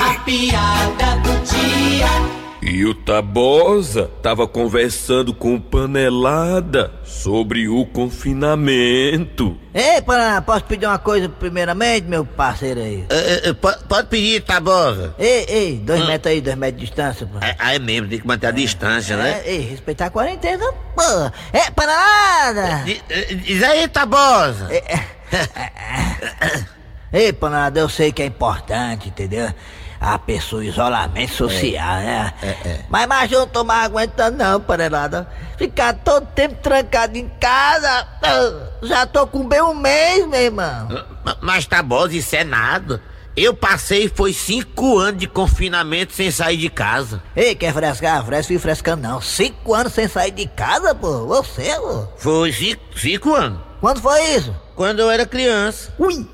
A piada do dia. E o Tabosa tava conversando com o Panelada sobre o confinamento. Ei, Paraná, posso pedir uma coisa primeiramente, meu parceiro aí? É, é, é, po- pode pedir, Tabosa. Ei, ei, dois metros aí, dois metros de distância, pô. Hum. É, ah, é mesmo, tem que manter a distância, né? É, ei, respeitar a quarentena, porra. É, Panalada! Di- eh, Diz aí, Tabosa. É. Ei, Panalada, eu sei que é importante, entendeu? A pessoa, em isolamento social, né? É, é. Mas, mas eu não tô mais aguentando não, Panelada. Ficar todo tempo trancado em casa, ah, já tô com bem um mês, meu irmão. Ma- Mas, Tabosa, isso é nada. Eu passei, foi cinco anos de confinamento sem sair de casa. Ei, quer frescar? Fresca e frescando não. Cinco anos sem sair de casa, pô. Você, pô. Foi cinco, cinco anos. Quando foi isso? Quando eu era criança. Ui!